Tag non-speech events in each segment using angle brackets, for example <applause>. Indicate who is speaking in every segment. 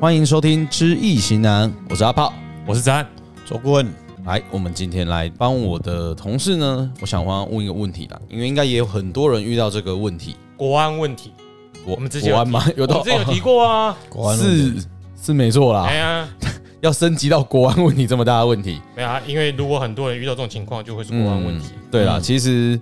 Speaker 1: 欢迎收听《知易行难》，我是阿炮
Speaker 2: 我是子安，
Speaker 1: 周顾问。来，我们今天来帮我的同事呢，我想帮他问一个问题啦，因为应该也有很多人遇到这个问题。
Speaker 2: 国安问题，
Speaker 1: 我
Speaker 2: 我们之前
Speaker 1: 国
Speaker 2: 有
Speaker 1: 安吗？有
Speaker 2: 我
Speaker 1: 到哦
Speaker 2: 们之前有提过啊。
Speaker 3: 国安问题
Speaker 1: 是是没错啦
Speaker 3: 哦
Speaker 2: 哎，呀，
Speaker 1: 要升级到国安问题这么大的问题，
Speaker 2: 对啊，因为如果很多人遇到这种情况，就会是国安问题。
Speaker 1: 嗯对啦，其实，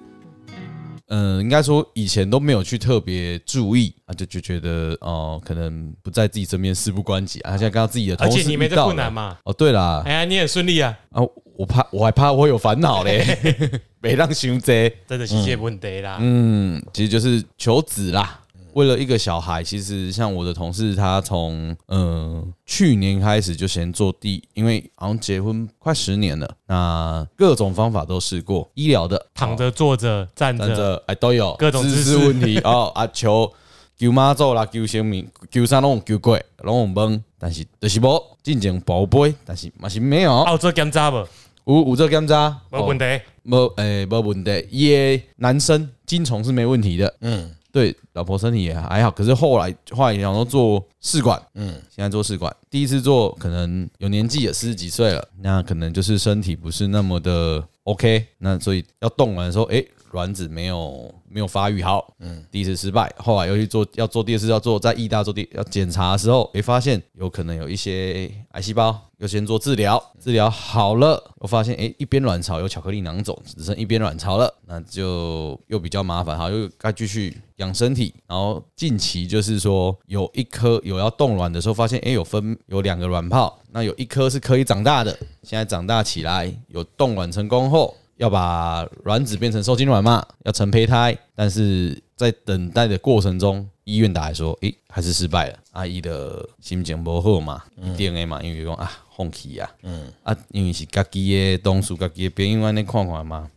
Speaker 1: 嗯、应该说以前都没有去特别注意啊，就就觉得哦、可能不在自己身边事不关己啊，现在看到自己的
Speaker 2: 而
Speaker 1: 同
Speaker 2: 且
Speaker 1: 事
Speaker 2: 你没这
Speaker 1: 遇到
Speaker 2: 困难
Speaker 1: 了
Speaker 2: 嘛？
Speaker 1: 哦，对啦，
Speaker 2: 哎呀，你很顺利啊，
Speaker 1: 啊，我怕我还怕我有烦恼嘞，
Speaker 2: <laughs>
Speaker 1: 没让熊贼。
Speaker 2: 真的是这问题啦。
Speaker 1: 嗯，其实就是求子啦。为了一个小孩，其实像我的同事，他从呃去年开始就先做第，因为好像结婚快十年了，那各种方法都试过，医疗的、
Speaker 2: 躺着、坐着、站
Speaker 1: 站
Speaker 2: 着，
Speaker 1: 着，哎都有
Speaker 2: 各种
Speaker 1: 姿
Speaker 2: 姿势
Speaker 1: 势问题哦啊求求妈祖啦，求神明，求啥拢求鬼，拢有问，但是就是无进前宝贝，但是嘛是没有，
Speaker 2: 澳洲哦检查
Speaker 3: 哦
Speaker 2: 不？
Speaker 1: 有有做检查，
Speaker 2: 没问题。
Speaker 1: 没诶，没问题。也男生精虫是没问题的，嗯，对，老婆身体也还好。可是后来后来想说做试管，嗯，现在做试管，第一次做可能有年纪也四十几岁了，那可能就是身体不是那么的 OK，那所以要动完的时候，诶、卵子没有没有发育好，嗯，第一次失败，后来又去做要做第二次要做在医大做第要检查的时候，诶、发现有可能有一些癌细胞，又先做治疗，治疗好了，我发现诶、一边卵巢有巧克力囊肿，只剩一边卵巢了，那就又比较麻烦，好，又该继续养身体，然后近期就是说有一颗有要冻卵的时候，发现诶、有分有两个卵泡，那有一颗是可以长大的，现在长大起来有冻卵成功后。要把卵子变成受精卵嘛，要成胚胎，但是在等待的过程中，医院打来说，诶、还是失败了。阿姨的心情不好嘛，一定的嘛，因为讲啊，放弃啊，嗯，啊，因为是家己的同事，家己的朋友安尼看看嘛，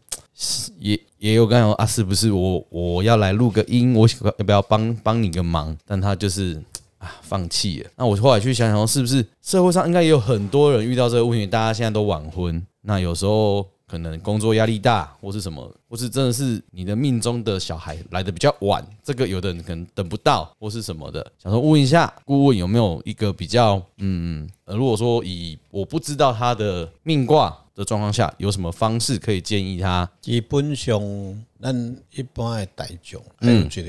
Speaker 1: 也也有跟他讲啊，是不是我我要来录个音，我想要不要帮帮你个忙？但他就是啊放弃了。那我后来去想想，是不是社会上应该也有很多人遇到这个问题？大家现在都晚婚，那有时候可能工作压力大，或是什么，或是真的是你的命中的小孩来的比较晚，这个有的人可能等不到，或是什么的。想说问一下顾问有没有一个比较嗯，呃，如果说以我不知道他的命卦。的状况下，有什么方式可以建议他
Speaker 3: 基本上咱一般的大众还有一个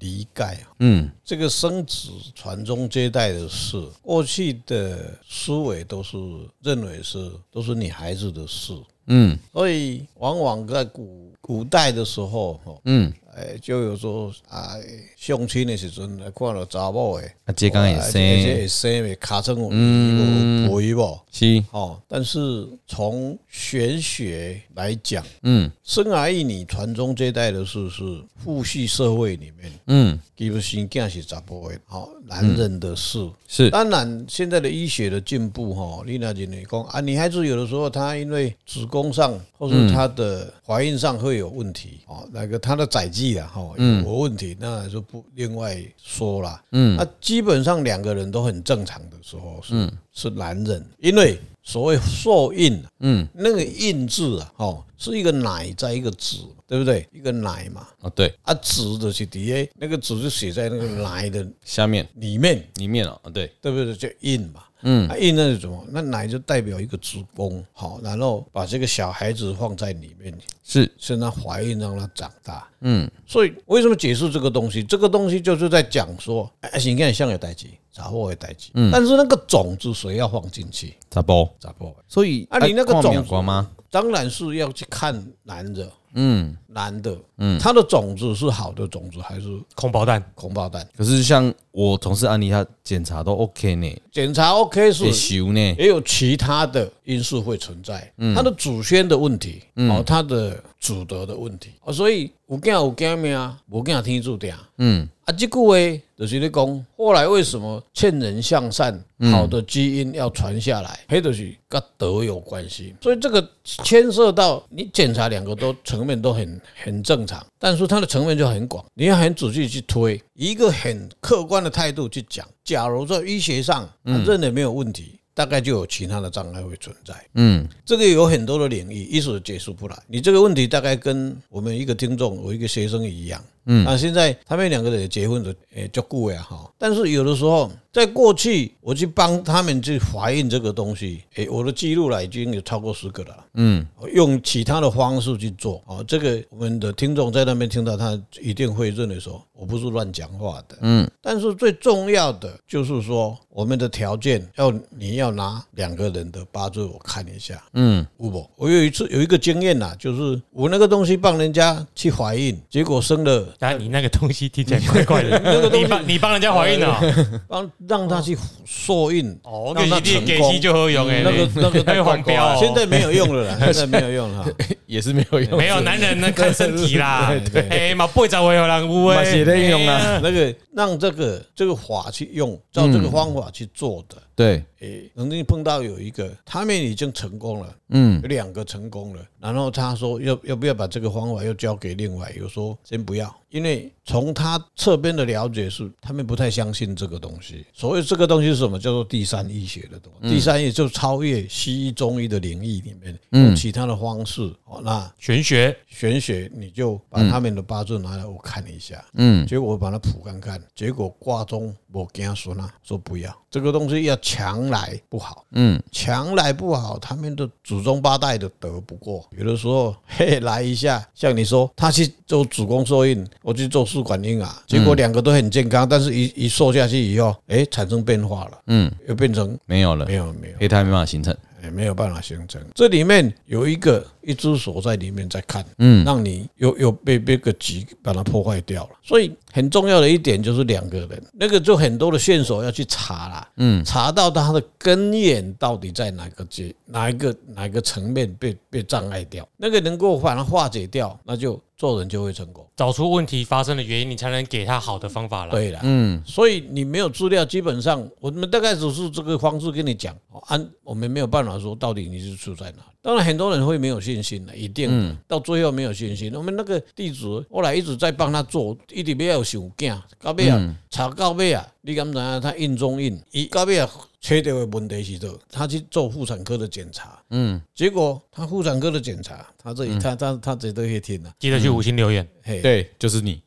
Speaker 3: 理解啊，
Speaker 1: 嗯
Speaker 3: 这个生子传宗接代的事，过去的思维都是认为是都是你孩子的事，
Speaker 1: 嗯
Speaker 3: 所以往往在古古代的时候，吼，
Speaker 1: 嗯，
Speaker 3: 哎，就有说啊，相亲的时阵看到查某的，
Speaker 1: 啊，这刚也
Speaker 3: 啊
Speaker 1: 生嗯
Speaker 3: 这这会生的，卡成有有肥无。
Speaker 1: 是，
Speaker 3: 哦，但是从玄学来讲，
Speaker 1: 嗯
Speaker 3: 生儿育女、传宗接代的事是父系社会里面，
Speaker 1: 嗯
Speaker 3: 基本上更是查甫的，好、男人的事。
Speaker 1: 是，
Speaker 3: 当然，现在的医学的进步，哈，丽娜姐你讲啊，女孩子有的时候她因为子宫上或是她的怀孕上会有问题，哦，那个她的载具啊，哈，
Speaker 1: 嗯
Speaker 3: 有问题，那就不另外说啦。嗯，那基本上两个人都很正常的时候，
Speaker 1: 嗯
Speaker 3: 是是男人，因为所谓受孕啊，
Speaker 1: 嗯
Speaker 3: 那个印字啊，哦，是一个奶在一个子，对不对？一个奶嘛，
Speaker 1: 哦对，
Speaker 3: 啊，子的是底下那个子就写在那个奶的
Speaker 1: 下面
Speaker 3: 里面，
Speaker 1: 里面哦，对，
Speaker 3: 对不对？就印嘛，嗯，啊、印那是什么？那奶就代表一个子宫，好，然后把这个小孩子放在里面，
Speaker 1: 是，
Speaker 3: 是让怀孕让他长大。
Speaker 1: 嗯
Speaker 3: 所以为什么解释这个东西？这个东西就是在讲说，哎，你看像有代际，杂货有代际，
Speaker 1: 嗯
Speaker 3: 但是那个种子谁要放进去？
Speaker 1: 咋包？
Speaker 3: 杂货。
Speaker 1: 所以
Speaker 3: 啊你那个种子
Speaker 1: 光吗？
Speaker 3: 当然是要去看男的，
Speaker 1: 嗯，
Speaker 3: 男的，嗯，他的种子是好的种子还是
Speaker 2: 空包蛋，
Speaker 3: 空包蛋？
Speaker 1: 可是像我同事安妮，她检查都 OK 呢，
Speaker 3: 检查 OK 是
Speaker 1: 也啊修呢，
Speaker 3: 也有其他的因素会存在，他的祖先的问题，哦，他的祖德的问题，哦，所以有囝有囝命，无囝天注定。
Speaker 1: 嗯
Speaker 3: 啊，这句话就是咧讲，后来为什么劝人向善，好的基因要传下来，黑嗯就是跟德有关系。所以这个牵涉到你检查两个都层面都很很正常，但是它的层面就很广，你要很仔细去推，以一个很客观的态度去讲。假如在医学上啊认为没有问题，大概就有其他的障碍会存在。
Speaker 1: 嗯
Speaker 3: 这个有很多的领域，一时解释不来。你这个问题大概跟我们一个听众，我一个学生一样，嗯，那现在他们两个人也结婚了，也就顾呀哈。但是有的时候，在过去我去帮他们去怀孕这个东西，诶，我的记录了已经有超过十个了。嗯，用其他的方式去做啊，这个我们的听众在那边听到，他一定会认为说我不是乱讲话的。嗯，但是最重要的就是说，我们的条件要你要拿两个人的八字，我看一下。嗯，吴博，我有一次有一个经验呐，就是我那个东西帮人家去怀孕，结果生了。
Speaker 2: <laughs> 但啊你那个东西听起来怪怪
Speaker 3: <laughs>
Speaker 2: 的，你帮你帮人家怀孕了，
Speaker 3: 帮让他去受孕，
Speaker 2: 哦，
Speaker 3: 让他
Speaker 2: 给
Speaker 3: 呃成
Speaker 2: 给
Speaker 3: 功嗯
Speaker 2: 鸡。就喝用哎，
Speaker 3: 那个那
Speaker 2: <laughs>
Speaker 3: 个啊
Speaker 2: 还有黄标哦，
Speaker 3: 现在没有
Speaker 2: <laughs>
Speaker 3: 用了啦，现在没有用了哈。
Speaker 1: <laughs> 也是没有用，
Speaker 2: 没有男人能看身体啦
Speaker 3: <laughs> 对对，
Speaker 2: 哎嘛，不会找我有人污
Speaker 1: 嘛
Speaker 2: 哎，
Speaker 1: 是咧用啦
Speaker 3: 那个让这个这个法去用，照这个
Speaker 2: 嗯
Speaker 3: 方法去做的。
Speaker 1: 对，
Speaker 3: 诶，曾经碰到有一个，他们已经成功了，
Speaker 1: 嗯
Speaker 3: 有两个成功了，然后他说要要不要把这个方法又交给另外一个，说先不要，因为从他侧边的了解是，他们不太相信这个东西。所谓这个东西是什么？叫做第三医学的东西，第三医就超越西医、中医的领域里面，用其他的方式。哦，那
Speaker 2: 玄学
Speaker 3: 玄学，你就把他们的八字拿来我看一下，
Speaker 1: 嗯，
Speaker 3: 结果我把它卜看看，结果卦中我跟他说呢，说不要这个东西要强来不好，
Speaker 1: 嗯，
Speaker 3: 强来不好，他们的祖宗八代的得不过，有的时候嘿来一下，像你说他去做子宫受孕，我去做试管婴儿，结果两个都很健康，但是一一受下去以后，哎，产生变化了，
Speaker 1: 嗯，
Speaker 3: 又变成
Speaker 1: 没有了
Speaker 3: 没，有没有。
Speaker 1: 胚胎没办法形成，
Speaker 3: 也没有办法形成。这里面有一个一只手在里面在看，
Speaker 1: 嗯
Speaker 3: 让你又又被被个局把它破坏掉了。所以很重要的一点就是两个人，那个就很多的线索要去查啦，嗯，查到它的根源到底在哪个阶哪一个哪一个层面被被障碍掉，那个能够把它化解掉，那就做人就会成功。
Speaker 2: 找出问题发生的原因，你才能给他好的方法啦。
Speaker 3: 对了，
Speaker 1: 嗯
Speaker 3: 所以你没有资料，基本上我们大概只是这个方式跟你讲，哦按、我们没有办法说到底你是住在哪。当然，很多人会没有信心的，一定的、
Speaker 1: 嗯
Speaker 3: 到最后没有信心。我们那个地址后来一直在帮他做，一直没有想囝，到尾
Speaker 1: 嗯
Speaker 3: 啊查到尾啊，你敢知影他印中印，伊到尾啊找到的问题是做，他去做妇产科的检查，
Speaker 1: 嗯，
Speaker 3: 结果他妇产科的检查，他这一他他他这都可以听了，
Speaker 2: 记得去五星留言。
Speaker 3: 嘿，
Speaker 1: 对，就是你，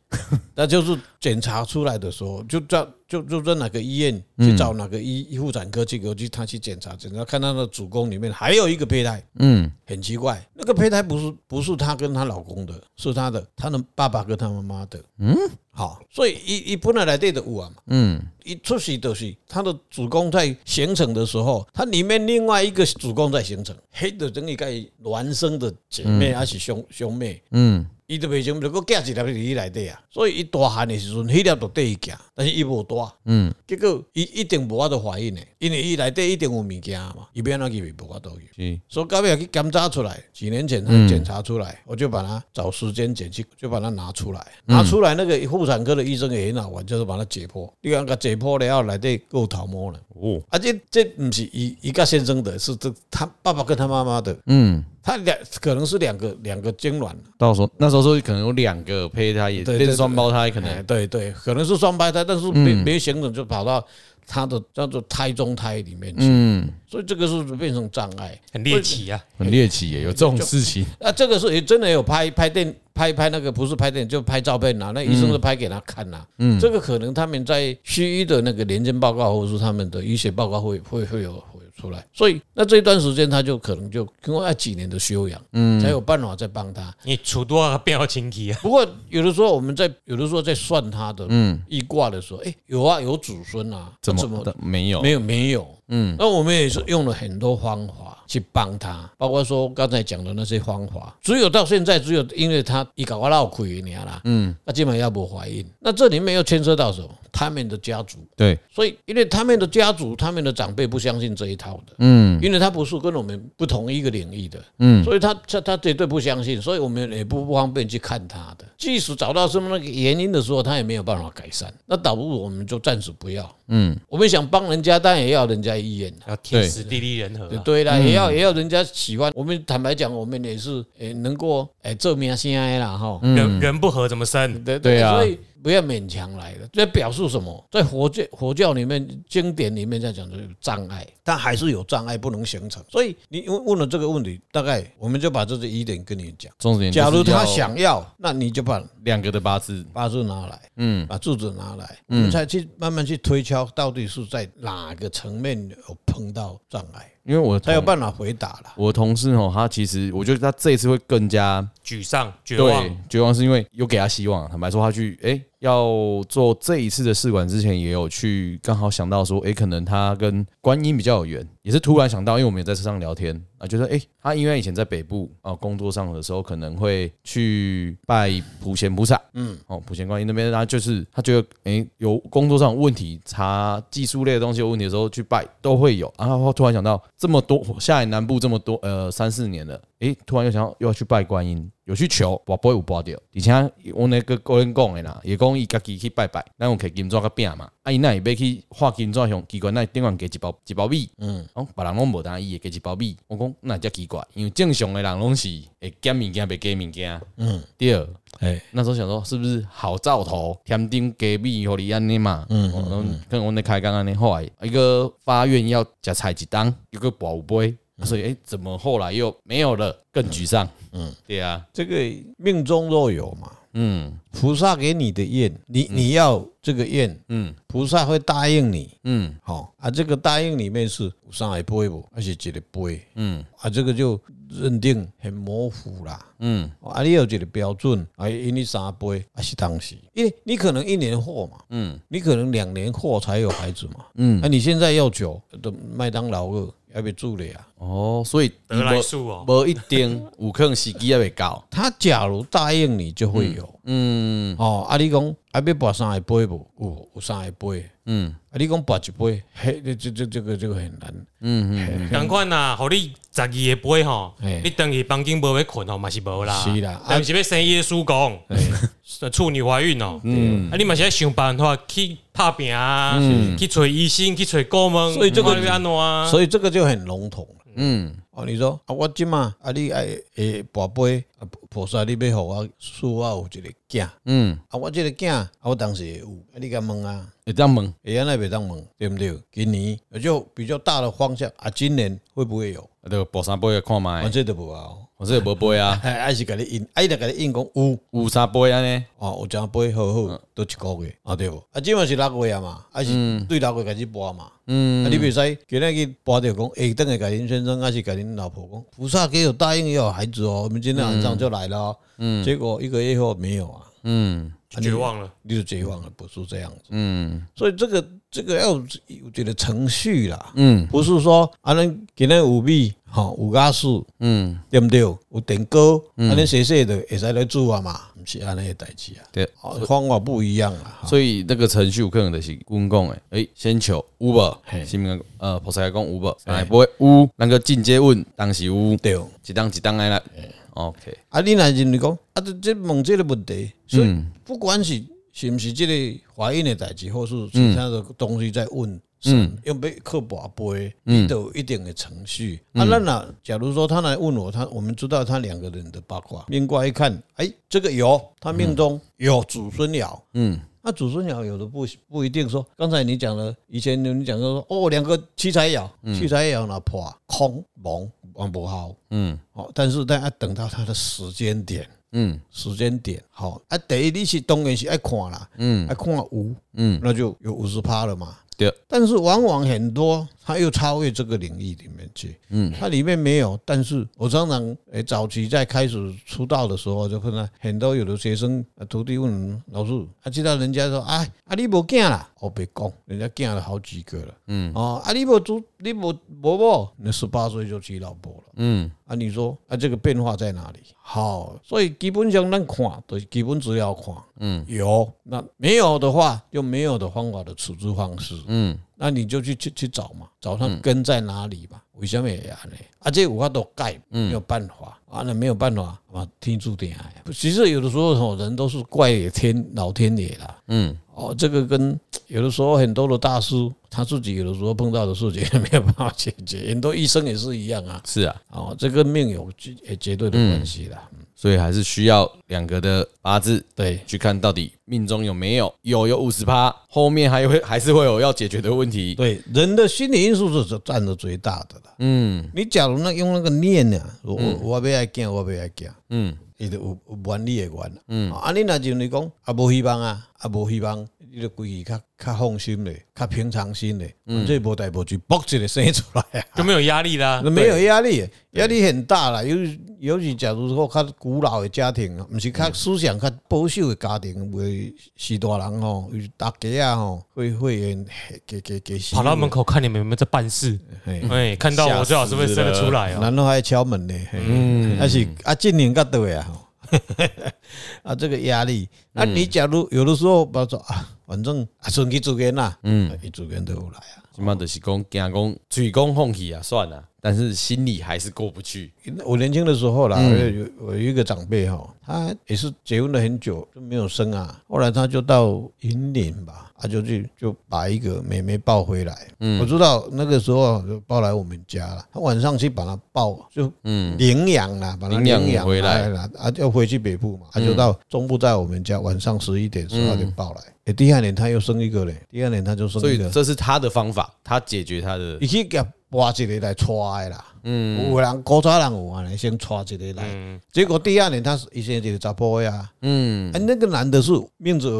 Speaker 3: 那就是检查出来的时候，就找就就在哪个医院去找哪个医妇产科去给我去他去检查检查，看他的子宫里面还有一个胚胎，
Speaker 1: 嗯
Speaker 3: 很奇怪，那个胚胎不是不是她跟她老公的，是她的她的爸爸跟她妈妈的，嗯，好，所以一一本来来对的有啊嘛，
Speaker 1: 嗯
Speaker 3: 一出席就是她的子宫在形成的时候，它里面另外一个子宫在形成，黑的等于该孪生的姐妹还是兄兄妹，
Speaker 1: 嗯
Speaker 3: 伊都袂想，就佫寄一粒伫伊内底啊。所以伊大汉的时阵，迄粒就缀伊行，但是伊无大，
Speaker 1: 嗯，
Speaker 3: 结果伊一定无法度怀孕的，因为伊内底一定有物件嘛，伊要安怎去袂无法度去。
Speaker 1: 是，
Speaker 3: 所以到尾去检查出来，几年前他
Speaker 1: 嗯
Speaker 3: 检查出来，我就把它找时间检去，就把它拿出来，拿出来那个妇产科的医生也很好玩，就是把它解剖，你看它解剖了后，内底还有头毛了。
Speaker 1: 哦，
Speaker 3: 啊，这这不是伊伊个先生的，是这他爸爸跟他妈妈的，
Speaker 1: 嗯，
Speaker 3: 他两可能是两个两个精卵，
Speaker 1: 到时候那时候说可能有两个胚胎，也
Speaker 3: 对
Speaker 1: 类似
Speaker 3: 对
Speaker 1: 双胞胎，可
Speaker 3: 哎，
Speaker 1: 能，嗯
Speaker 3: 对对，可能是双胞胎，但是没、没形成，就跑到他的叫做胎中胎里面去，
Speaker 1: 嗯，
Speaker 3: 所以这个是变成障碍。
Speaker 2: 很猎奇啊！
Speaker 1: 很猎奇耶，有这种事情，
Speaker 3: 啊，这个是也真的有拍拍电拍拍那个不是拍电影就拍照片呐、啊那医生是拍给他看呐、嗯，这个可能他们在西医的那个年鉴报告或者是他们的医学报告会会会有会有出来，所以那这一段时间他就可能就经过那几年的修养，嗯，才有办法再帮他。
Speaker 2: 你出多少个表情题啊？
Speaker 3: 不过有的时候我们在有的时候在算他的易卦的时候，哎、有啊，有祖孙啊，
Speaker 1: 嗯怎
Speaker 3: 啊
Speaker 1: 么的没有？
Speaker 3: 没有没有，嗯，那我们也是用了很多方法去帮他，包括说刚才讲的那些方法，只有到现在只有因为他一搞我闹亏你啦，嗯，那基本上要不怀孕，那这里面又牵涉到什么？他们的家族，
Speaker 1: 对，
Speaker 3: 所以因为他们的家族、他们的长辈不相信这一套的，
Speaker 1: 嗯
Speaker 3: 因为他不是跟我们不同一个领域的，
Speaker 1: 嗯
Speaker 3: 所以他他他绝对不相信，所以我们也不不方便去看他的。即使找到什么那个原因的时候，他也没有办法改善。那倒不如我们就暂时不要。
Speaker 1: 嗯，
Speaker 3: 我们想帮人家，当然也要人家意愿啊
Speaker 2: 要天时地利人和啊，
Speaker 3: 对
Speaker 1: 嗯
Speaker 3: 啦，也要也要人家喜欢。我们坦白讲，我们也是诶能够诶做明星啦哈。
Speaker 2: 人人不和怎么生？
Speaker 3: 对
Speaker 1: 对啊
Speaker 3: 所以不要勉强来了。这表示什么？在佛教佛教里面经典里面在讲的有障碍，但还是有障碍不能形成。所以你问问了这个问题，大概我们就把这些疑点跟你讲。
Speaker 1: 重点就是
Speaker 3: 假如他
Speaker 1: 要
Speaker 3: 想要，那你就把
Speaker 1: 两个的八字，
Speaker 3: 八字拿来，嗯，把柱子拿来，我们才去慢慢去推敲到底是在哪个层面有碰到障碍，
Speaker 1: 因为我
Speaker 3: 才有
Speaker 1: 同
Speaker 3: 办法回答
Speaker 2: 啊
Speaker 3: 啦。
Speaker 1: 我同事哦，他其实我觉得他这一次会更加
Speaker 2: 沮丧、绝
Speaker 1: 对
Speaker 2: 望，
Speaker 1: 绝望，是因为有给他希望。坦白说，他去哎、要做这一次的试管之前，也有去刚好想到说，哎、可能他跟观音比较有缘，也是突然想到，因为我们也在车上聊天啊，觉得哎、他因为以前在北部啊工作上的时候，可能会去拜普贤菩萨，嗯，哦，普贤观音那边，他就是他觉得哎、有工作上的问题，查技术类的东西有问题的时候去拜都会有，然后突然想到这么多下来南部这么多呃三四年了。诶，突然又想要又要去拜观音，有去求，我不会有拔掉。而且我那个个人讲的啦，也讲伊家己去拜拜，咱用摕金纸甲饼嘛，啊伊那也要去画金纸上机关，那顶悬加一包一包米，嗯，哦，别人拢无当伊会加一包米，我讲那才奇怪，因为正常的人拢是会减物件，袂加物件，嗯，对。
Speaker 3: 哎，
Speaker 1: 那时候想说是不是好兆头，天顶给米互你安尼嘛，嗯，跟我那开讲安尼，后来一个发愿要食菜一当，有个宝贝，所以诶，怎么后来又没有了，更沮丧，嗯，对啊，
Speaker 3: 这个命中若有嘛，
Speaker 1: 嗯
Speaker 3: 菩萨给你的愿，你你要这个愿，
Speaker 1: 嗯
Speaker 3: 菩萨会答应你。
Speaker 1: 嗯
Speaker 3: 好、啊，这个答应里面是有上海杯不，而且一个杯
Speaker 1: 嗯
Speaker 3: 啊，这个就认定很模糊啦。
Speaker 1: 嗯
Speaker 3: 啊，你有一个标准，啊，因你三杯，啊是当时，因为你可能一年货嘛，
Speaker 1: 嗯
Speaker 3: 你可能两年货才有孩子嘛，
Speaker 1: 嗯，
Speaker 3: 啊，你现在要酒的麦当劳二要被住啊了呀。
Speaker 1: 哦，所以
Speaker 2: 得来速哦。
Speaker 1: 无一定有可能时机也未到，
Speaker 3: 他假如答应你就会有、
Speaker 1: 嗯
Speaker 3: 哦，啊，你讲啊，要跋三个杯不？有有三个杯。
Speaker 1: 嗯
Speaker 3: 啊，你讲八一杯，嘿，这这这这个这个很难。
Speaker 1: 嗯嗯，
Speaker 2: 赶快呐，互你十二个杯吼，
Speaker 3: 嘿
Speaker 2: 你等去房间无要困哦吼，嘛是无啦。
Speaker 3: 是啦啊
Speaker 2: 但是要生耶稣公，处女怀孕哦，
Speaker 3: 嗯
Speaker 2: 啊，你嘛是要想办法去拍拼啊，去找医生，去找顾问，
Speaker 3: 所以这个
Speaker 2: 看你要安怎啊？
Speaker 3: 所以这个就很笼统了。
Speaker 1: 嗯
Speaker 3: 哦，你说啊，我今嘛啊，你爱诶跋杯啊，菩萨你要互我赐我有一个囝啊，
Speaker 1: 嗯，
Speaker 3: 我这个囝啊，我当时会有，啊，你敢问啊？
Speaker 1: 会这样问，
Speaker 3: 会安那袂当问，对不对？今年也就比较大的方向啊，今年会不会有？
Speaker 1: 就博啊三杯来看
Speaker 3: 反
Speaker 1: 卖，
Speaker 3: 正都无啊哦，
Speaker 1: 我说无杯啊，
Speaker 3: 还还是甲你应，啊，伊就甲你应讲有。
Speaker 1: 有三杯安尼，
Speaker 3: 哦，有正杯好
Speaker 1: 嗯
Speaker 3: 好，都一个月啊，对无？啊，即嘛是六月啊嘛，啊是对六月开始播嘛。
Speaker 1: 嗯
Speaker 3: 啊，你袂使今仔日跋着讲，哎，等下甲恁先生还是甲恁老婆讲，菩萨给有答应要有孩子哦，我们今天晚上就来了、哦。嗯，结果一个月后没有啊，
Speaker 1: 嗯
Speaker 2: 就绝望了。
Speaker 3: 你就绝望了，不是这样子。
Speaker 1: 嗯
Speaker 3: 所以这个这个要有有这个程序啦，
Speaker 1: 嗯
Speaker 3: 不是说啊，咱今天有米，吼、有雅素，
Speaker 1: 嗯，
Speaker 3: 对不对？有蛋糕，啊，恁洗洗的会使来煮啊嘛，毋是安尼的代志啊。
Speaker 1: 对。
Speaker 3: 哦方法不一样啊。哈
Speaker 1: 所以那个程序有可能就是阮讲诶，诶，先求 Uber，
Speaker 3: 嘿
Speaker 1: 先讲呃，菩萨讲 Uber，哎，不会 U，那个进阶问当时 U，
Speaker 3: 对，哦
Speaker 1: 一档一档来啦，OK，
Speaker 3: 啊，你若认为讲啊，这这问这个问题，所以不管是是毋是这个怀孕的代志，或是其他的东西在问。嗯，用被刻薄杯，你都有一定的程序。啊，那那假如说他来问我，他我们知道他两个人的八卦，命卦一看，哎，这个有，他命中有祖孙爻，
Speaker 1: 嗯
Speaker 3: 那祖孙爻有的不不一定说，刚才你讲了，以前你讲说哦，两个七彩爻，七彩爻哪破空蒙完不好
Speaker 1: 嗯
Speaker 3: 哦，但是但要等到它的时间点，
Speaker 1: 嗯
Speaker 3: 时间点好啊，第一你是当然是爱看啦，
Speaker 1: 嗯
Speaker 3: 爱看五，
Speaker 1: 嗯，
Speaker 3: 那就有五十趴了嘛。
Speaker 1: 对，
Speaker 3: 但是往往很多，它又超越这个领域里面去。嗯，它里面没有，但是我常常诶、早期在开始出道的时候，就看到很多有的学生呃徒弟问老师，啊，知道人家说，哎，啊你无囝啦，我别讲，人家囝了好几个了。嗯，哦，啊你无主，你无婆婆，你十八岁就娶老婆了。
Speaker 1: 嗯
Speaker 3: 啊，你说啊，这个变化在哪里？好，所以基本上咱看，就是基本资料看，嗯，有那没有的话，就没有的方法的处置方式，
Speaker 1: 嗯
Speaker 3: 那你就去去去找嘛，找它根在哪里嘛？为什么会安尼？啊，这有法度改，没有办法啊，那没有办法啊，天注定啊。其实有的时候吼，人都是怪天老天爷啦，
Speaker 1: 嗯
Speaker 3: 哦，这个跟有的时候很多的大师他自己有的时候碰到的事情 <laughs> 也没有办法解决，很多医生也是一样啊。
Speaker 1: 是啊，
Speaker 3: 呃哦，这跟命有绝绝对的关系啦。嗯
Speaker 1: 所以还是需要两个的八字
Speaker 3: 对，
Speaker 1: 去看到底命中有没有，有有五十趴，后面还会还是会有要解决的问题。
Speaker 3: 对，人的心理因素是占的最大的了。嗯，你假如那用那个念呢、我我我要爱惊，我要爱惊，嗯，伊就有有原理的原。嗯，啊，你若就是讲啊，无希望啊，啊，无希望，你就规气较较放心咧，较平常心咧，嗯，这无代无志，搏一个生出来啊。
Speaker 2: 就没有压力啦。
Speaker 3: 没有压力，压力很大啦。尤其尤其，假如说较古老的家庭，毋是
Speaker 2: 嗯
Speaker 3: 较思想较保守的家庭，为许大人吼，有大家啊吼，会会给给给
Speaker 2: 跑到门口看你们有没有在办事，
Speaker 3: 嘿
Speaker 2: 哎，看到
Speaker 1: 嗯吓
Speaker 2: 我最好是会
Speaker 1: 死
Speaker 2: 生得
Speaker 1: 了
Speaker 2: 出来哦。
Speaker 3: 然后还敲门呢，嗯，还是啊，今年较对啊，吼 <laughs> 啊，这个压力，啊，
Speaker 2: 嗯
Speaker 3: 你假如有的时候，比如说啊，反正啊，顺其自然啦，嗯，伊自然都有来啊，
Speaker 1: 起码就是讲，惊讲嘴讲放弃啊，算了，但是心里还是过不去。
Speaker 3: 我年轻的时候啦，
Speaker 1: 嗯
Speaker 3: 我有我有一个长辈哈，他也是结婚了很久就没有生啊，后来他就到云林吧，他就去就把一个妹妹抱回来，
Speaker 1: 嗯
Speaker 3: 我知道那个时候就抱来我们家了，他晚上去把她抱就领养了，把她
Speaker 1: 嗯领养
Speaker 3: 领养
Speaker 1: 回来嗯
Speaker 3: 了，啊要回去北部嘛，他就到中部在我们家晚上十一点十二点抱来，诶第二年他又生一个嘞，第二年他就生
Speaker 1: 所
Speaker 3: 一
Speaker 1: 以
Speaker 3: 个，
Speaker 1: 这是他的方法，他解决他的
Speaker 3: 伊去给拔一个来带的啦。嗯，有的人古早人有安尼先带一个来，
Speaker 1: 嗯
Speaker 3: 结果第二年他是以前一个查甫的啊。嗯，啊，那个男的是名字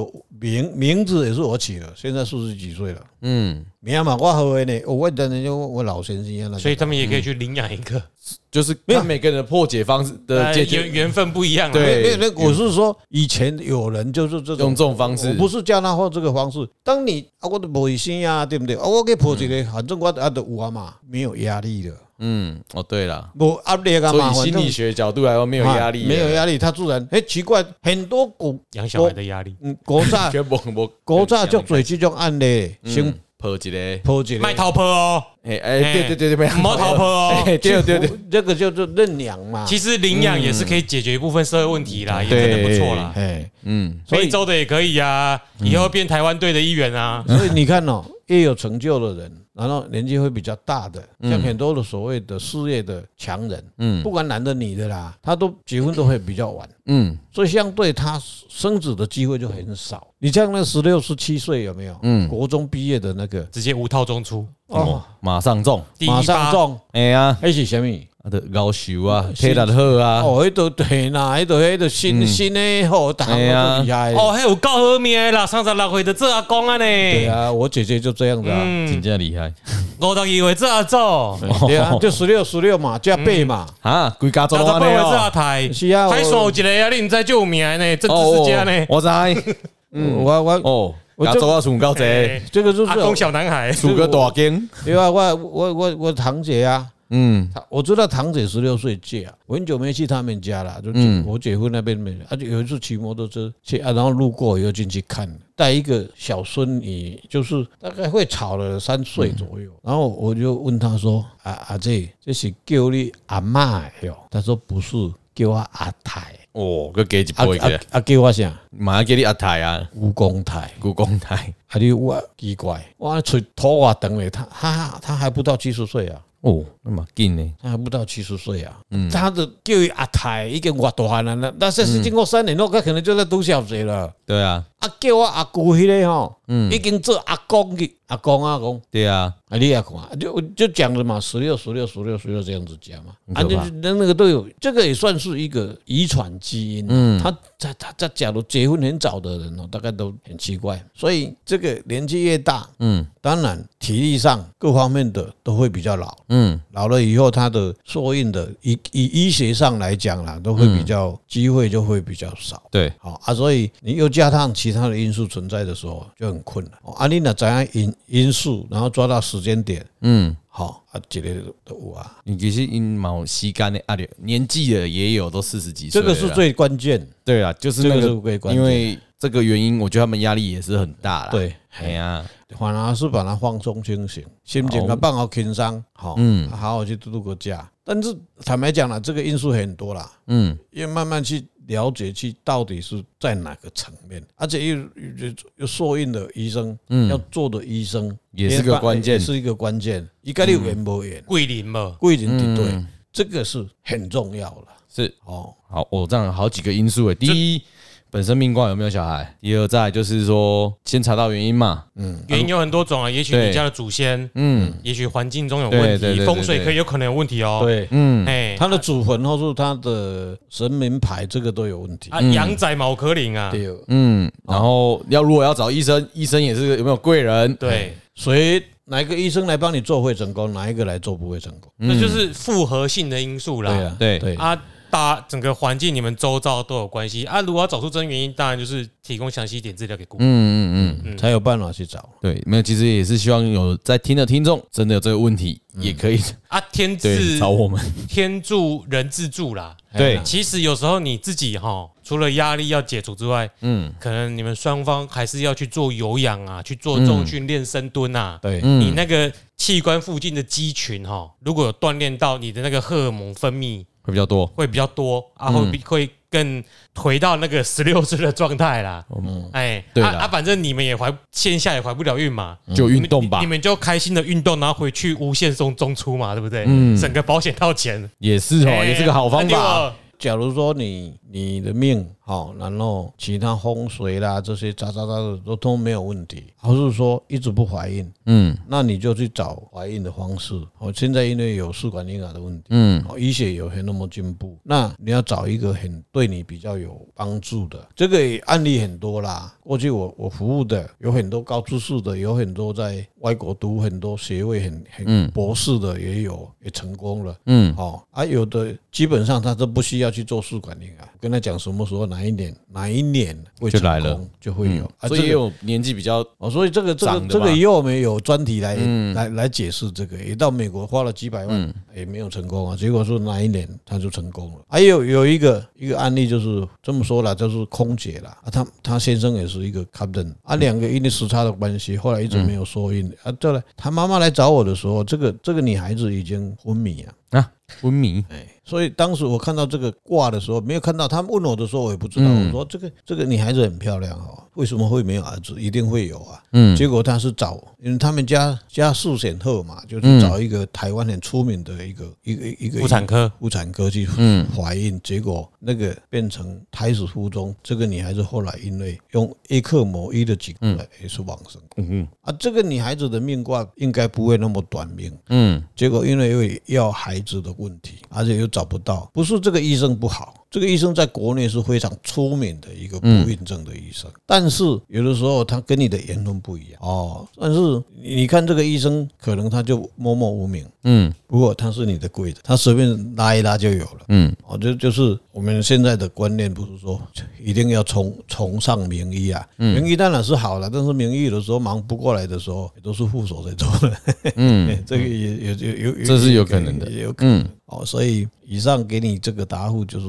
Speaker 3: 名名字也是我起的，现在四十几岁了。
Speaker 1: 嗯，
Speaker 3: 名嘛，我好的呢，哦我当然就我老先生啊，那
Speaker 2: 所以他们也可以去领养一个，
Speaker 1: 嗯就是看每个人的破解方式的
Speaker 2: 呃
Speaker 3: 哎
Speaker 1: 解
Speaker 2: 缘
Speaker 1: 决，
Speaker 2: 缘分不一样啊啦。
Speaker 1: 对
Speaker 3: 没有那我是说以前有人就是这
Speaker 1: 用
Speaker 3: 种
Speaker 1: 这种方式
Speaker 3: 我。不是叫他换这个方式。当你啊，我都无心啊，对不对？啊，我给抱一个，反正我啊都有啊嘛，没有压力的，
Speaker 1: 嗯，哦，对了，
Speaker 3: 无压力啊
Speaker 1: 所
Speaker 3: 嘛。
Speaker 1: 以心
Speaker 3: 反正
Speaker 1: 理学角度来说，没有压力，
Speaker 3: 啊没有压力，他自然。哎，奇怪，很多国
Speaker 2: 养小孩的压力，
Speaker 3: 嗯国
Speaker 1: 力， <laughs>
Speaker 3: 炸
Speaker 1: 全部我
Speaker 3: <laughs> 国炸就做这种案例，先
Speaker 1: 破嗯一个，
Speaker 3: 破解。
Speaker 2: 卖逃坡哦，
Speaker 1: 哎哎，对对对对，
Speaker 2: 不要逃坡
Speaker 1: <laughs>
Speaker 2: 哦。
Speaker 1: 哎，对对对，，
Speaker 3: 这个叫做认养嘛。
Speaker 2: 其实领养也是可以解决一部分社会问题啦，也真的不错啦。
Speaker 3: 哎，
Speaker 1: 嗯，
Speaker 3: 所
Speaker 2: 非
Speaker 3: 以
Speaker 2: 洲的也可以啊，以后变台湾队的一员啊。
Speaker 3: <laughs> 所以你看哦，越有成就的人，然后年纪会比较大的，像很多的所谓的事业的强人，嗯，不管男的女的啦，他都结婚都会比较晚。
Speaker 1: 嗯
Speaker 3: 所以相对他生子的机会就很少。你像那十六、十七岁有没有？嗯，国中毕业的那个，
Speaker 2: 直接无套中出，
Speaker 1: 哦，马上中，
Speaker 2: 第一
Speaker 3: 马上
Speaker 2: 发
Speaker 3: 中，
Speaker 1: 哎呀，
Speaker 3: 还是什么？
Speaker 1: 啊，的高手啊，体力好啊，
Speaker 3: 哦，迄都对啦，迄都迄都新新的好，大
Speaker 1: 哎呀
Speaker 3: 家都厉害。
Speaker 2: 哦，还有够好命的啦，三十六岁的做阿公啊呢，
Speaker 3: 对啊，我姐姐就这样子
Speaker 2: 嗯
Speaker 3: 啊，
Speaker 1: 真正厉害
Speaker 2: 五十二岁做阿祖，
Speaker 1: 嗯
Speaker 3: 对
Speaker 1: 哦
Speaker 3: 啊，就十六十六嘛，加倍嘛，
Speaker 1: 啊，规家做
Speaker 2: 六十八
Speaker 1: 安尼
Speaker 2: 岁做阿
Speaker 1: 哦，
Speaker 2: 台，
Speaker 3: 是啊我
Speaker 2: 还算有一个啊，你唔知就有名的呢，政治世
Speaker 1: 啊
Speaker 2: 家
Speaker 1: 哦
Speaker 2: 呢，
Speaker 1: 我知，
Speaker 3: 我我
Speaker 1: 哦，家做啊上够济，
Speaker 3: 这个就
Speaker 2: 阿公
Speaker 3: 是
Speaker 2: 小男孩，
Speaker 1: 出个大经，
Speaker 3: 对啊，我我我我堂姐啊，
Speaker 1: 嗯
Speaker 3: 她我知道堂姐十六岁嫁，我很久没去他们家了，就去我姐夫那边没，而且有一次骑摩托车去啊，然后路过以后进去看，带一个小孙女，就是大概会吵了三岁左右，然后我就问他说：“啊啊姐，这是叫你阿妈哟？”他说：“不是，叫我阿太。”
Speaker 1: 哦，佮加一
Speaker 3: 啊
Speaker 1: 杯
Speaker 3: 啊
Speaker 1: 个，
Speaker 3: 啊！叫我啥？
Speaker 1: 马上叫你阿太啊，
Speaker 3: 蜈蚣台，
Speaker 1: 故宫台，
Speaker 3: 还啊有我奇怪，我吹头发长咧，他他他还不到七十岁啊，
Speaker 1: 哦，那么紧呢，
Speaker 3: 他还不到七十岁啊，他的叫伊阿太已经偌大汉了，那那这是经过三年后，他可能就在读小学了。
Speaker 1: 对啊，
Speaker 3: 啊，叫我阿姑迄个吼，已经做阿公去，阿公阿公，
Speaker 1: 对啊，
Speaker 3: 啊，你也看，就就讲了嘛，十六、十六、十六、十六这样子讲嘛，啊，
Speaker 1: 很可
Speaker 3: 就
Speaker 1: 怕
Speaker 3: 是那那个都有，这个也算是一个遗传基因。嗯，他他他他，假如结婚很早的人哦，大概都很奇怪，所以这个年纪越大，
Speaker 1: 嗯
Speaker 3: 当然体力上各方面的都会比较老，
Speaker 1: 嗯，
Speaker 3: 老了以后他的受孕的以以医学上来讲啦，都会比
Speaker 1: 嗯
Speaker 3: 较机会就会比较少。
Speaker 1: 对，
Speaker 3: 好啊，所以你又加上其他的因素存在的时候，就很困难。哦啊，你若怎样因因素，然后抓到时间点，
Speaker 1: 嗯，
Speaker 3: 好啊，这个都有啊，
Speaker 1: 你其实因毛吸干的压力，年纪的也有都四十几岁
Speaker 3: 这
Speaker 1: 了啦，
Speaker 3: 个是最关键。
Speaker 1: 对啦，就是那
Speaker 3: 这个是最关键
Speaker 1: 因为这个原因，我觉得他们压力也是很大啦。，
Speaker 3: 对，
Speaker 1: 哎呀，哦
Speaker 3: 反而是把它放松清醒，心情啊，放好轻松，好，嗯，好好去度个假。但是坦白讲了，这个因素很多啦，
Speaker 1: 嗯，
Speaker 3: 要慢慢去了解，去到底是在哪个层面，而且又又又受孕的医生，嗯，要做的医生
Speaker 1: 也是个关键嗯
Speaker 3: 也是一个关键。一概你有缘无缘，
Speaker 2: 桂林嘛，
Speaker 3: 贵人敌对，这个是很重要了。
Speaker 1: 是
Speaker 3: 哦，
Speaker 1: 好，我、这样有好几个因素诶。第一，本身命卦有没有小孩；第二，再来就是说先查到原因嘛。
Speaker 2: 原因有很多种啊，也许
Speaker 1: 对
Speaker 2: 你家的祖先，
Speaker 1: 嗯
Speaker 2: 也许环境中有问
Speaker 1: 对对对
Speaker 2: 题，
Speaker 1: 对
Speaker 2: 风水可以有可能有问题哦。，
Speaker 3: 对，
Speaker 1: 嗯，
Speaker 2: 哎，
Speaker 3: 他的祖坟或是他的神明牌，这个都有问题。
Speaker 2: 啊，羊仔毛科林啊，
Speaker 3: 对，
Speaker 1: 嗯，然后要如果要找医生，医生也是有没有贵人？
Speaker 2: 对，
Speaker 3: 谁哪一个医生来帮你做会成功，哪一个来做不会成功？
Speaker 2: 那就是复合性的因素
Speaker 3: 对
Speaker 2: 啦。
Speaker 3: 啊，
Speaker 1: 对
Speaker 3: 对，
Speaker 2: 啊，大整个环境你们周遭都有关系啊。如果要找出真原因，当然就是提供详细一点资料给顾客。
Speaker 1: 嗯嗯嗯，
Speaker 3: 才有办法去找。
Speaker 1: 对，没有，其实也是希望有在听的听众，真的有这个问题，
Speaker 3: 嗯
Speaker 1: 也可以
Speaker 2: 啊，天
Speaker 1: 对
Speaker 2: 字
Speaker 1: 找我们。
Speaker 2: 天助人自助啦。
Speaker 1: 对
Speaker 2: 其实有时候你自己哈，除了压力要解除之外，
Speaker 1: 嗯
Speaker 2: 嗯，可能你们双方还是要去做有氧啊，去做重
Speaker 1: 嗯
Speaker 2: 训练深蹲啊。
Speaker 3: 对，
Speaker 2: 你那个器官附近的肌群哈，如果有锻炼到，你的那个荷尔蒙分泌
Speaker 1: 会比较多。
Speaker 2: 会比较多啊，
Speaker 1: 嗯
Speaker 2: 会比会更回到那个十六岁的状态啦。嗯，哎，
Speaker 1: 对
Speaker 2: 啊
Speaker 1: 啦
Speaker 2: 啊，反正你们也怀线下也怀不了孕嘛，
Speaker 1: 就运动吧
Speaker 2: 你，们就开心的运动，然后回去无限送中出嘛，对不对？嗯，省个保险套钱，
Speaker 1: 也是哦，
Speaker 2: 哎
Speaker 1: 也是个好方法。。
Speaker 3: 假如说你你的命好，然后其他风水啦这些杂杂杂的都都没有问题，还是说一直不怀孕，
Speaker 1: 嗯
Speaker 3: 那你就去找怀孕的方式。哦，现在因为有试管婴儿的问题，
Speaker 1: 嗯，
Speaker 3: 哦，医学有很那么进步，那你要找一个很对你比较有帮助的，这个也案例很多啦。过去我我服务的有很多高知识的，有很多在外国读很多学位很很博士的也有，也成功了。
Speaker 1: 嗯
Speaker 3: 哦，啊，有的基本上他都不需要去做试管婴儿，跟他讲什么时候哪一年哪一年会
Speaker 1: 就
Speaker 3: 成
Speaker 1: 来了
Speaker 3: 功，就会有。啊，
Speaker 1: 所
Speaker 3: 这
Speaker 1: 以也
Speaker 3: 个
Speaker 1: 有年纪比较
Speaker 3: 哦，所以这个这
Speaker 1: 长
Speaker 3: 个
Speaker 1: 的
Speaker 3: 这
Speaker 1: 吧嗯
Speaker 3: 个以后我们有专题来来来解释这个，也到美国花了几百万也没有成功啊，结果是哪一年他就成功了。还有有一个一个案例就是这么说啦，就是空姐啦，啊，她她先生也是一个 captain，啊，
Speaker 1: 嗯
Speaker 3: 两个因为时差的关系，后来一直没有受孕啊。对了，她妈妈来找我的时候，这个这个女孩子已经昏迷啊，
Speaker 1: 啊昏迷，
Speaker 3: 哎，所以当时我看到这个卦的时候，没有看到他们问我的时候，我也不知道。我说这个这个女孩子很漂亮哦，为什么会没有儿子？一定会有啊。
Speaker 1: 嗯
Speaker 3: 结果他是找，因为他们家家世显赫嘛，就是找一个台湾很出名的一个一个一个
Speaker 2: 妇产科
Speaker 3: 妇产科去怀孕，结果那个变成胎死腹中。这个女孩子后来因为用 A 克膜医的几个人也是往生。
Speaker 1: 嗯
Speaker 3: 啊，这个女孩子的命卦应该不会那么短命，
Speaker 1: 嗯
Speaker 3: 结果因为有要孩子的问题，而且又找不到，不是这个医生不好，这个医生在国内是非常出名的一个不孕症的医生，但是有的时候他跟你的言论不一样哦。但是你看这个医生，可能他就默默无名，
Speaker 1: 嗯
Speaker 3: 不过他是你的贵人，他随便拉一拉就有了。
Speaker 1: 嗯，
Speaker 3: 哦，就就是我们现在的观念，不是说一定要崇崇尚名医啊，
Speaker 1: 嗯
Speaker 3: 名医当然是好了，但是名医有的时候忙不过来的时候，也都是副手在做的。嗯， <laughs> 这个也也也有有，
Speaker 1: 这是有可能的
Speaker 3: 也有可能。哦，所以以上给你这个答复就是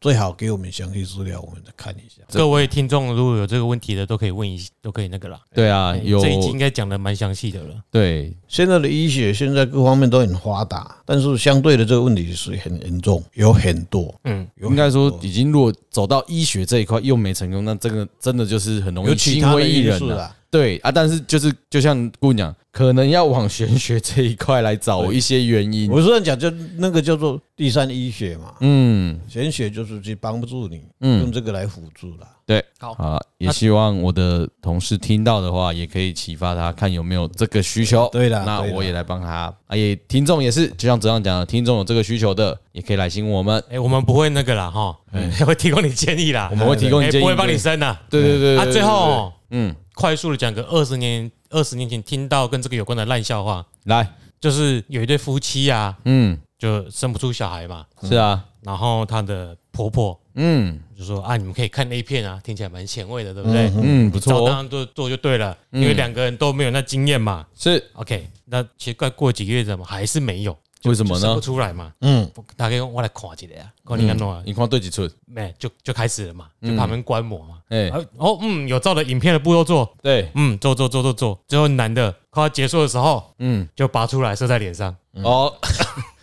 Speaker 3: 最好给我们详细资料，我们再看一下。
Speaker 2: 各位听众如果有这个问题的，都可以问一，都可以那个啦。哎
Speaker 1: 对啊，有
Speaker 2: 这一集应该讲的蛮详细的了。
Speaker 1: 对，
Speaker 3: 现在的医学现在各方面都很发达，但是相对的这个问题是很严重，有很多，
Speaker 2: 嗯，
Speaker 3: 有
Speaker 1: 应
Speaker 3: 很
Speaker 1: 该说
Speaker 3: 多
Speaker 1: 已经如果走到医学这一块又没成功，那这个真的就是很容
Speaker 3: 有
Speaker 1: 易
Speaker 3: 其
Speaker 1: 心
Speaker 3: 他的
Speaker 1: 灰意
Speaker 3: 因
Speaker 1: 冷
Speaker 3: 素
Speaker 1: 了。
Speaker 3: 啦。
Speaker 1: 对啊，但是就是就像姑娘，可能要往玄学这一块来找一些原因。
Speaker 3: 我虽然讲就那个叫做第三医学嘛，
Speaker 1: 嗯，
Speaker 3: 玄学就是去帮助你，
Speaker 1: 嗯
Speaker 3: 用这个来辅助啦。
Speaker 1: 对，
Speaker 2: 好
Speaker 1: 好了，也希望我的同事听到的话，也可以启发他，看有没有这个需求。
Speaker 3: 对啦
Speaker 1: 那
Speaker 3: 对啦
Speaker 1: 我也来帮他。啊，也听众也是，就像这样讲的，听众有这个需求的，也可以来信我们，
Speaker 2: 哎，我们不会那个啦，哈， <laughs> 会提供你建议啦，
Speaker 1: 哎我们会提供
Speaker 2: 哎
Speaker 1: 你建议，
Speaker 2: 不会帮你生的。
Speaker 1: 对。对对对
Speaker 2: 啊，
Speaker 1: 对，
Speaker 2: 最后
Speaker 1: 嗯，
Speaker 2: 快速的讲个二十年二十年前听到跟这个有关的烂笑话，
Speaker 1: 来，
Speaker 2: 就是有一对夫妻啊，
Speaker 1: 嗯，
Speaker 2: 就生不出小孩嘛，
Speaker 1: 是啊，
Speaker 2: 然后她的婆婆
Speaker 1: 嗯
Speaker 2: 就说啊，你们可以看 A 片啊，听起来蛮前卫的，对不对？
Speaker 1: 嗯，不
Speaker 2: 照
Speaker 1: 错
Speaker 2: 当
Speaker 1: 哦，嗯
Speaker 2: 然做做就对了，因为两个人都没有那经验嘛。
Speaker 1: 是
Speaker 2: OK，那奇怪，过几个月怎么还是没有？
Speaker 1: 为什么
Speaker 2: 就生不
Speaker 1: 呢？
Speaker 2: 出来嘛？
Speaker 3: 嗯，
Speaker 2: 大概我来看一下啊，看你安怎啊？
Speaker 1: 你看对几寸？
Speaker 2: 没就就开始了嘛，
Speaker 1: 嗯
Speaker 2: 就旁边观摩嘛。
Speaker 1: 哎，
Speaker 2: 啊哦，嗯，有照着影片的步骤做，
Speaker 1: 对，
Speaker 2: 嗯，做做做做做，最后男的快要结束的时候
Speaker 1: 嗯，
Speaker 2: 就拔出来射在脸上。
Speaker 1: 哦，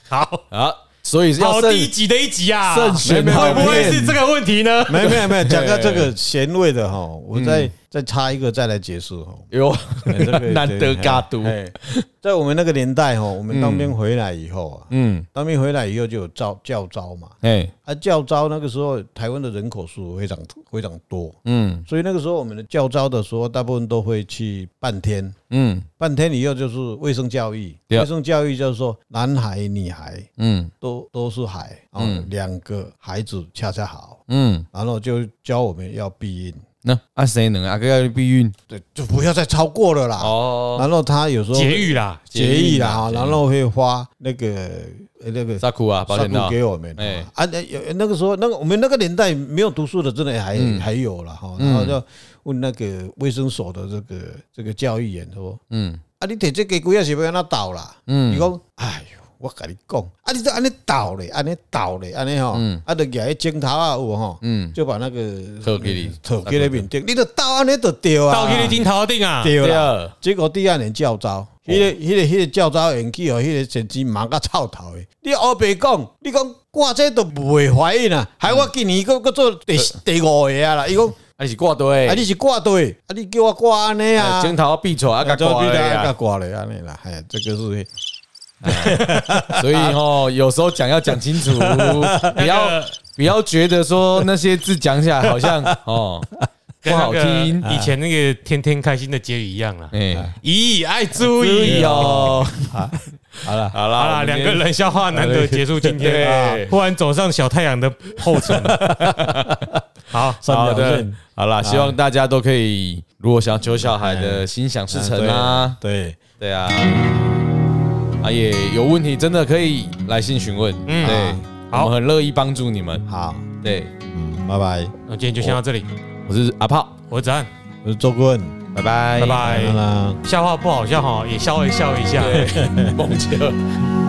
Speaker 2: 好，
Speaker 1: 好，啊所以是要
Speaker 2: 嗯好
Speaker 1: 慎
Speaker 2: 低级的一集啊！
Speaker 1: 慎选
Speaker 2: 会不
Speaker 1: 好
Speaker 2: 会
Speaker 1: 片
Speaker 2: 是这个问题呢？
Speaker 3: 没有没有没有，讲到这个咸味的哈，我在再插一个再来
Speaker 1: <laughs>
Speaker 3: 结束哦。
Speaker 1: 有
Speaker 3: 哎这个
Speaker 1: 嗯难得嘎嘟
Speaker 3: 哎在我们那个年代哦，我们当兵回来以后啊，
Speaker 1: 嗯，
Speaker 3: 当兵回来以后就有教教招嘛，
Speaker 1: 哎，
Speaker 3: 啊，教招那个时候台湾的人口数非常非常多，
Speaker 1: 嗯
Speaker 3: 所以那个时候我们的教招的时候，大部分都会去半天，
Speaker 1: 嗯
Speaker 3: 半天以后就是卫生教育，
Speaker 1: 对
Speaker 3: 卫生教育就是说男孩女孩
Speaker 1: 嗯
Speaker 3: 都都是孩啊，两个孩子恰恰好，
Speaker 1: 嗯，
Speaker 3: 然后就教我们要避孕，
Speaker 1: 那啊谁能啊？个要避孕
Speaker 3: 对，就不要再超过了啦。
Speaker 1: 哦，
Speaker 3: 然后他有时候
Speaker 2: 节育啦，
Speaker 3: 结义啦，啊
Speaker 1: 节育
Speaker 3: 然后会发那个呃那个
Speaker 1: 萨库啊，保
Speaker 3: 纱
Speaker 1: 险
Speaker 3: 布
Speaker 1: 套，
Speaker 3: 给我们
Speaker 1: 哎
Speaker 3: 啊，那有那个时候那个我们那个年代没有读书的，真的还
Speaker 1: 嗯
Speaker 3: 还有了哈。然后就问那个卫生所的这个这个教育员说
Speaker 1: 嗯
Speaker 3: 啊，你摕这个鬼啊是要安那倒啦？嗯，伊讲，哎呦，我甲你讲，啊，你这安尼倒咧，安尼倒咧，安尼吼，啊，就举迄镜头啊有无吼，
Speaker 1: 嗯，
Speaker 3: 就把那个
Speaker 1: 套起你
Speaker 3: 头给你面顶，你就倒安尼就对啊，
Speaker 2: 到去你顶头顶啊，
Speaker 3: 对
Speaker 1: 对
Speaker 3: 啦。
Speaker 1: 啊，
Speaker 3: 结果第二年教招，
Speaker 1: 哦
Speaker 3: 迄个、迄个、迄个教招引起哦，迄个成绩忙甲臭头的。你黑白讲，你讲我这都袂怀孕啊，害我今年佫佫做第
Speaker 1: 嗯
Speaker 3: 第五个啊啦。伊讲，
Speaker 1: 啊你是挂队，
Speaker 3: 啊你是挂队，啊你叫我挂安尼啊
Speaker 1: 哎，镜头闭出来啊，
Speaker 3: 做
Speaker 1: 挂
Speaker 3: 你
Speaker 1: 队
Speaker 3: 啊，甲
Speaker 1: 啊。
Speaker 3: 挂咧安尼啦，哎，这个是。
Speaker 1: <laughs> 所以哦，有时候讲要讲清楚，不要不要觉得说那些字讲起来好像哦不
Speaker 2: 跟那
Speaker 1: 好
Speaker 2: 个
Speaker 1: 听，
Speaker 2: 以前那个天天开心的结语一样啦。
Speaker 1: 哎，
Speaker 2: 咦，爱
Speaker 1: 注
Speaker 2: 注意
Speaker 1: 意
Speaker 2: 哦！
Speaker 1: 哦。 <laughs> 好了好了
Speaker 2: 好啦，两个人笑话难得结束今天，
Speaker 1: 对
Speaker 2: 啊忽然走上小太阳的后尘。好，
Speaker 1: 好
Speaker 3: 秒
Speaker 1: 的
Speaker 3: 针，
Speaker 1: 好啦，希望大家都可以，如果想求小孩的心想事成啊，
Speaker 3: 对，
Speaker 1: 对啊，啊也有问题真的可以来信询问，
Speaker 2: 嗯
Speaker 1: 对，
Speaker 2: 好
Speaker 1: 我们很乐意帮助你们，
Speaker 3: 好，
Speaker 1: 对，
Speaker 3: 嗯，拜拜。
Speaker 2: 那今天就先到这里，
Speaker 1: 我是阿炮，
Speaker 2: 我是子安，
Speaker 3: 我是周棍，
Speaker 1: 拜拜
Speaker 2: 拜拜
Speaker 1: <laughs>
Speaker 2: <laughs>
Speaker 3: 哎拜。啦。
Speaker 2: 笑话不好笑哈，也笑一笑一下。
Speaker 1: 对，梦见了。